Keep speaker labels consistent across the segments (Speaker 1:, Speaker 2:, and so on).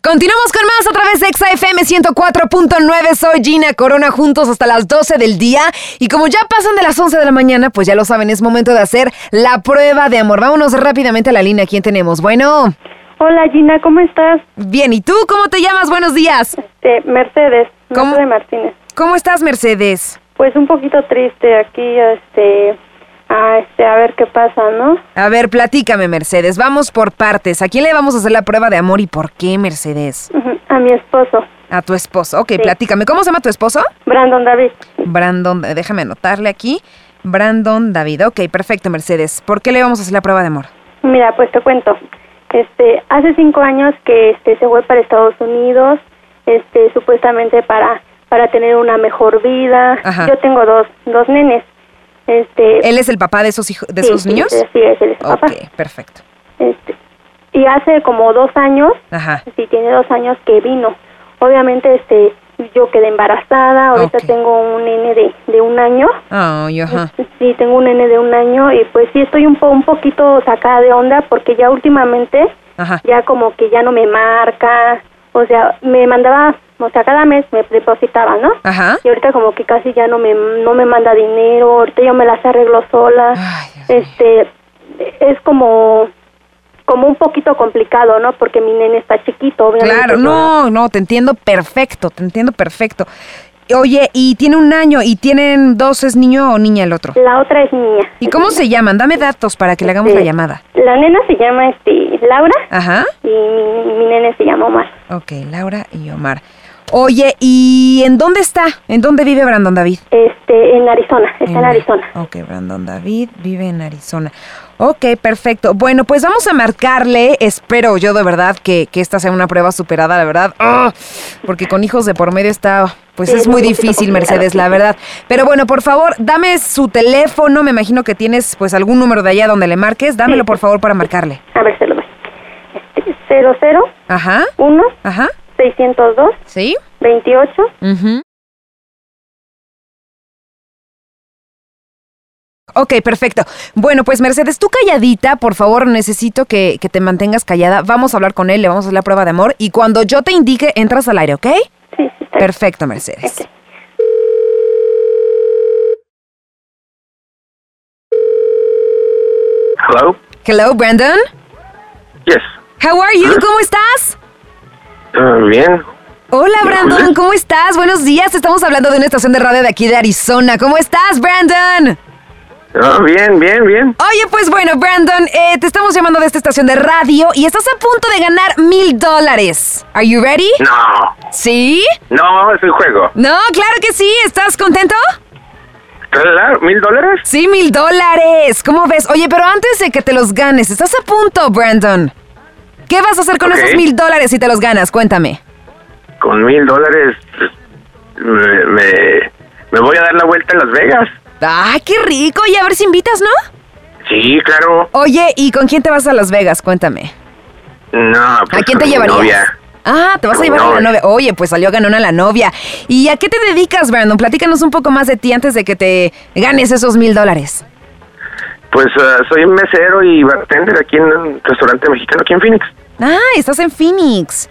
Speaker 1: Continuamos con más a través de XFM 104.9. Soy Gina Corona juntos hasta las 12 del día. Y como ya pasan de las 11 de la mañana, pues ya lo saben, es momento de hacer la prueba de amor. Vámonos rápidamente a la línea. ¿Quién tenemos? Bueno.
Speaker 2: Hola Gina, ¿cómo estás?
Speaker 1: Bien, ¿y tú cómo te llamas? Buenos días.
Speaker 2: Este, Mercedes,
Speaker 1: ¿Cómo?
Speaker 2: Mercedes Martínez.
Speaker 1: ¿Cómo estás, Mercedes?
Speaker 2: Pues un poquito triste aquí, este, a, este, a ver qué pasa, ¿no?
Speaker 1: A ver, platícame, Mercedes. Vamos por partes. ¿A quién le vamos a hacer la prueba de amor y por qué, Mercedes?
Speaker 2: Ujú, A mi esposo,
Speaker 1: A tu esposo. Ok,
Speaker 2: Sí.
Speaker 1: platícame. ¿Cómo se llama tu esposo?
Speaker 2: Brandon David.
Speaker 1: Brandon, eh, déjame anotarle aquí. Brandon David. Ok, perfecto, Mercedes. ¿Por qué le vamos a hacer la prueba de amor?
Speaker 2: Mira, pues te cuento. Este, hace cinco años que este se fue para Estados Unidos, este, supuestamente para para tener una mejor vida.
Speaker 1: Ajá.
Speaker 2: Yo tengo dos dos nenes. Este,
Speaker 1: ¿Él es el papá de esos, hijos, de
Speaker 2: sí,
Speaker 1: esos
Speaker 2: sí,
Speaker 1: niños?
Speaker 2: Sí, es el papá.
Speaker 1: Ok, perfecto.
Speaker 2: Este, y hace como dos años
Speaker 1: Ajá.
Speaker 2: Sí, tiene dos años que vino. Obviamente, este, yo quedé embarazada, ahorita
Speaker 1: Ok.
Speaker 2: tengo un nene de, de un año.
Speaker 1: Ay, ajá.
Speaker 2: Sí, tengo un nene de un año y pues sí estoy un, po- un poquito sacada de onda porque ya últimamente
Speaker 1: Ajá.
Speaker 2: ya como que ya no me marca, o sea, me mandaba, o sea, cada mes me depositaba, ¿no?
Speaker 1: Ajá.
Speaker 2: Y ahorita como que casi ya no me, no me manda dinero, ahorita yo me las arreglo sola.
Speaker 1: Ay, Dios mío.
Speaker 2: este, es como como un poquito complicado, ¿no? Porque mi nene está chiquito, obviamente.
Speaker 1: Claro, no, no, te entiendo perfecto, te entiendo perfecto. Oye, y tiene un año y tienen dos, ¿es niño o niña el otro?
Speaker 2: La otra es niña.
Speaker 1: ¿Y cómo se llaman? Dame datos para que le hagamos la
Speaker 2: Este,
Speaker 1: llamada. Ah.
Speaker 2: La nena se llama este, Laura
Speaker 1: Ajá.
Speaker 2: y mi, mi nene se llama Omar.
Speaker 1: Ok, Laura y Omar. Oye, ¿y en dónde está? ¿En dónde vive Brandon David?
Speaker 2: Este, en Arizona, está en,
Speaker 1: Ar-
Speaker 2: Arizona.
Speaker 1: Ok, Brandon David vive en Arizona. Ok, perfecto. Bueno, pues vamos a marcarle. Espero yo de verdad que, que esta sea una prueba superada, la verdad. ¡ah! Porque con hijos de por medio está, pues
Speaker 2: Sí,
Speaker 1: es
Speaker 2: es un
Speaker 1: muy
Speaker 2: poquito
Speaker 1: difícil,
Speaker 2: complicado,
Speaker 1: Mercedes, la verdad. Pero bueno, por favor, dame su teléfono. Me imagino que tienes pues algún número de allá donde le marques. Dámelo, por favor, para marcarle.
Speaker 2: A ver, se lo doy. Este, 00
Speaker 1: Ajá,
Speaker 2: 1
Speaker 1: ajá.
Speaker 2: 602
Speaker 1: ¿Sí?
Speaker 2: 28
Speaker 1: Ujú. Ok, perfecto. Bueno, pues Mercedes, tú calladita, por favor, necesito que, que te mantengas callada. Vamos a hablar con él, le vamos a hacer la prueba de amor y cuando yo te indique, entras al aire, ¿ok?
Speaker 2: Sí, sí, está bien.
Speaker 1: Perfecto, Mercedes.
Speaker 3: Hello?
Speaker 1: Hello, Brandon.
Speaker 3: Yes.
Speaker 1: How are you? ¿Cómo estás?
Speaker 3: Uh, bien.
Speaker 1: Hola, Brandon, ¿cómo estás? Buenos días. Estamos hablando de una estación de radio de aquí de Arizona. ¿Cómo estás, Brandon?
Speaker 3: Ah, bien, bien, bien.
Speaker 1: Oye, pues bueno, Brandon, eh, te estamos llamando de esta estación de radio y estás a punto de ganar mil dólares. Are you ready?
Speaker 3: No.
Speaker 1: ¿Sí?
Speaker 3: No, es un juego.
Speaker 1: No, claro que sí. ¿Estás contento?
Speaker 3: ¿Claro? ¿Mil dólares?
Speaker 1: Sí, mil dólares. ¿Cómo ves? Oye, pero antes de que te los ganes, estás a punto, Brandon. ¿Qué vas a hacer con
Speaker 3: Ok.
Speaker 1: esos mil dólares si te los ganas? Cuéntame.
Speaker 3: Con mil dólares pues, me, me, me voy a dar la vuelta a Las Vegas.
Speaker 1: ¡Ay, qué rico! Y a ver si invitas, ¿no?
Speaker 3: Sí, claro.
Speaker 1: Oye, ¿y con quién te vas a Las Vegas? Cuéntame.
Speaker 3: No,
Speaker 1: ¿A
Speaker 3: pues,
Speaker 1: quién te
Speaker 3: con mi
Speaker 1: llevarías?
Speaker 3: novia.
Speaker 1: Ah, te vas a
Speaker 3: Con mi
Speaker 1: llevar a la novia.
Speaker 3: novia.
Speaker 1: Oye, pues salió ganona la novia. ¿Y a qué te dedicas, Brandon? Platícanos un poco más de ti antes de que te ganes esos mil dólares.
Speaker 3: Pues ah, soy mesero y bartender aquí en un restaurante mexicano aquí en Phoenix.
Speaker 1: Ah, estás en Phoenix.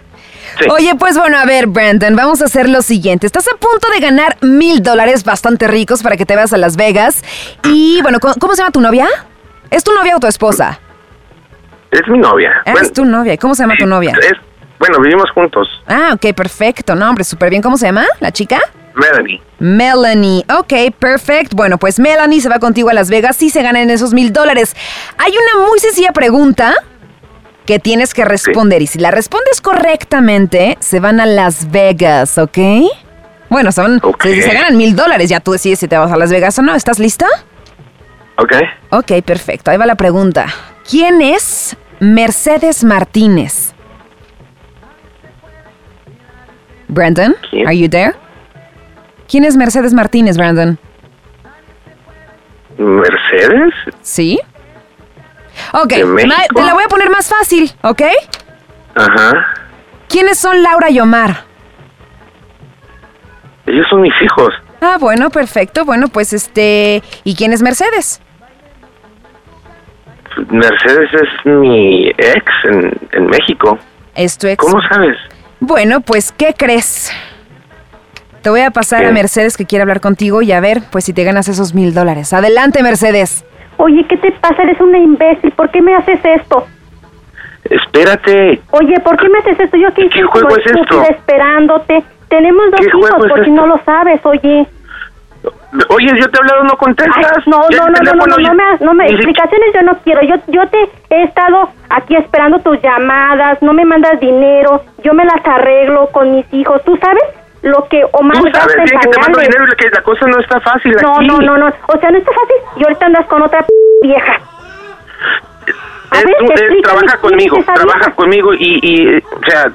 Speaker 3: Sí.
Speaker 1: Oye, pues bueno, a ver, Brandon, vamos a hacer lo siguiente. Estás a punto de ganar mil dólares bastante ricos para que te vas a Las Vegas. Y bueno, ¿cómo, cómo se llama tu novia? ¿Es tu novia o tu esposa?
Speaker 3: Es mi novia.
Speaker 1: Ah,
Speaker 3: Bueno,
Speaker 1: es tu novia. ¿Y ¿Cómo se llama tu novia?
Speaker 3: es- bueno, vivimos juntos.
Speaker 1: Ah, ok, perfecto. No, hombre, súper bien. ¿Cómo se llama la chica?
Speaker 3: Melanie.
Speaker 1: Melanie. Ok, perfecto. Bueno, pues Melanie se va contigo a Las Vegas y se ganan esos mil dólares. Hay una muy sencilla pregunta que tienes que responder. Y si la respondes correctamente, se van a Las Vegas, ¿ok? Bueno, son,
Speaker 3: Ok.
Speaker 1: se, se ganan mil dólares. Ya tú decides si te vas a Las Vegas o no. ¿Estás lista?
Speaker 3: ¿Ok?
Speaker 1: Ok, perfecto. Ahí va la pregunta. ¿Quién es Mercedes Martínez? Brandon,
Speaker 3: ¿Quién?
Speaker 1: are you there? ¿Quién es Mercedes Martínez, Brandon?
Speaker 3: ¿Mercedes?
Speaker 1: ¿Sí? Ok,
Speaker 3: ¿De México?
Speaker 1: ma- te la voy a poner más fácil, ¿ok?
Speaker 3: Ajá.
Speaker 1: ¿Quiénes son Laura y Omar?
Speaker 3: Ellos son mis hijos.
Speaker 1: Ah, bueno, perfecto. Bueno, pues este. ¿Y quién es Mercedes?
Speaker 3: Mercedes es mi ex en, en México.
Speaker 1: Es tu ex.
Speaker 3: ¿Cómo sabes?
Speaker 1: Bueno, pues, ¿qué crees? Te voy a pasar
Speaker 3: ¿Qué?
Speaker 1: a Mercedes que quiere hablar contigo y a ver, pues, si te ganas esos mil dólares. Adelante, Mercedes.
Speaker 2: Oye, ¿qué te pasa? Eres una imbécil. ¿Por qué me haces esto?
Speaker 3: Espérate.
Speaker 2: Oye, ¿por qué me haces esto? Yo aquí
Speaker 3: ¿Qué
Speaker 2: estoy
Speaker 3: juego
Speaker 2: como
Speaker 3: es esto?
Speaker 2: estúpida esperándote. Tenemos dos
Speaker 3: ¿Qué
Speaker 2: hijos,
Speaker 3: juego es
Speaker 2: por si
Speaker 3: esto?
Speaker 2: no lo sabes, oye.
Speaker 3: Oye, yo te he hablado, no
Speaker 2: Ay,
Speaker 3: contestas.
Speaker 2: no,
Speaker 3: Ya
Speaker 2: no, no, no, no,
Speaker 3: el
Speaker 2: no,
Speaker 3: teléfono
Speaker 2: no me, no me-
Speaker 3: ni si-
Speaker 2: explicaciones yo no quiero. Yo, yo te he estado aquí esperando tus llamadas, no me mandas dinero, yo me las arreglo con mis hijos. ¿Tú sabes lo que Omar
Speaker 3: Tú sabes
Speaker 2: gasta en
Speaker 3: bien que te mando
Speaker 2: pañales?
Speaker 3: dinero y que la cosa no está fácil
Speaker 2: No,
Speaker 3: aquí.
Speaker 2: no, no, no. O sea, no está fácil y ahorita andas con otra p- vieja. A
Speaker 3: Es
Speaker 2: ver,
Speaker 3: tú-
Speaker 2: te
Speaker 3: es-
Speaker 2: explícame, ¿quién
Speaker 3: trabaja
Speaker 2: es
Speaker 3: conmigo,
Speaker 2: esa
Speaker 3: trabaja
Speaker 2: vieja?
Speaker 3: conmigo y, y, o sea,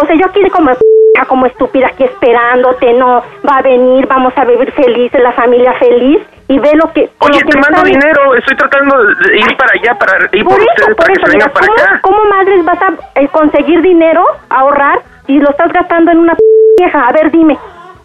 Speaker 2: O sea, yo aquí como p- como estúpida aquí esperándote, no va a venir, vamos a vivir felices, la familia feliz y ve lo que lo
Speaker 3: oye,
Speaker 2: que
Speaker 3: te
Speaker 2: me
Speaker 3: mando
Speaker 2: está-
Speaker 3: dinero, estoy tratando de ir para allá, para ir por,
Speaker 2: Por eso,
Speaker 3: ustedes,
Speaker 2: por
Speaker 3: para que
Speaker 2: eso,
Speaker 3: se
Speaker 2: mira,
Speaker 3: vengan para
Speaker 2: ¿cómo,
Speaker 3: acá.
Speaker 2: cómo madres vas a eh, conseguir dinero, ahorrar y lo estás gastando en una p- vieja? A ver, dime.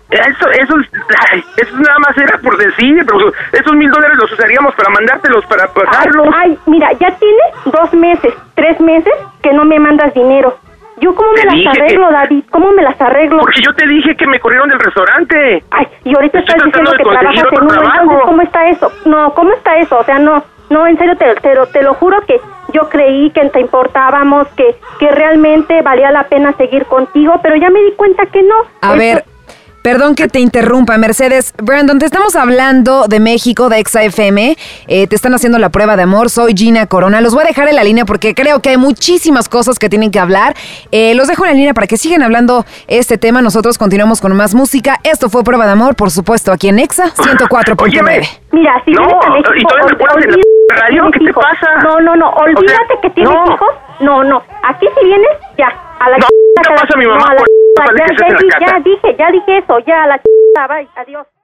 Speaker 3: Eso, eso, es- ay, eso nada más era por decir, pero esos mil dólares los usaríamos para mandártelos, para
Speaker 2: Ay,
Speaker 3: pagarlos.
Speaker 2: ay, mira, ya tienes dos meses, tres meses que no me mandas dinero. ¿Yo cómo
Speaker 3: Te
Speaker 2: me las
Speaker 3: dije que-
Speaker 2: arreglo, David? ¿Cómo me las arreglo?
Speaker 3: Porque yo te dije que me corrieron del restaurante.
Speaker 2: Ay, y ahorita
Speaker 3: Estoy
Speaker 2: estás diciendo
Speaker 3: tratando de
Speaker 2: que trabajas
Speaker 3: conseguir
Speaker 2: en
Speaker 3: otro
Speaker 2: uno, entonces,
Speaker 3: trabajo.
Speaker 2: ¿cómo está eso? No, ¿cómo está eso? O sea, no, no, en serio, te, te, lo- te lo juro que yo creí que te importábamos, que, que realmente valía la pena seguir contigo, pero ya me di cuenta que no.
Speaker 1: A
Speaker 2: Esto-
Speaker 1: ver, perdón que te interrumpa, Mercedes. Brandon, te estamos hablando de México, de ExaFM. Eh, te están haciendo la prueba de amor. Soy Gina Corona. Los voy a dejar en la línea porque creo que hay muchísimas cosas que tienen que hablar. Eh, los dejo en la línea para que sigan hablando este tema. Nosotros continuamos con más música. Esto fue Prueba de Amor, por supuesto, aquí en Exa 104.9.
Speaker 3: Óyeme.
Speaker 2: Mira, si
Speaker 3: No,
Speaker 2: vienes a México,
Speaker 3: y todavía me
Speaker 2: ol-
Speaker 3: pones en la
Speaker 2: olvídate
Speaker 3: radio,
Speaker 2: de
Speaker 3: ¿qué
Speaker 2: mis
Speaker 3: te
Speaker 2: hijos.
Speaker 3: pasa?
Speaker 2: No, no, no,
Speaker 3: O sea,
Speaker 2: olvídate que tienes
Speaker 3: no.
Speaker 2: hijos. No, no, aquí si vienes, ya, a la
Speaker 3: No,
Speaker 2: ch-
Speaker 3: ¿qué
Speaker 2: a la
Speaker 3: pasa a mi
Speaker 2: ch-
Speaker 3: mamá
Speaker 2: no, a la
Speaker 3: por
Speaker 2: ch-
Speaker 3: vale
Speaker 2: ya,
Speaker 3: que estés
Speaker 2: ya
Speaker 3: en la
Speaker 2: di-
Speaker 3: casa?
Speaker 2: ya dije, ya dije eso, ya, a la ch- bye, adiós.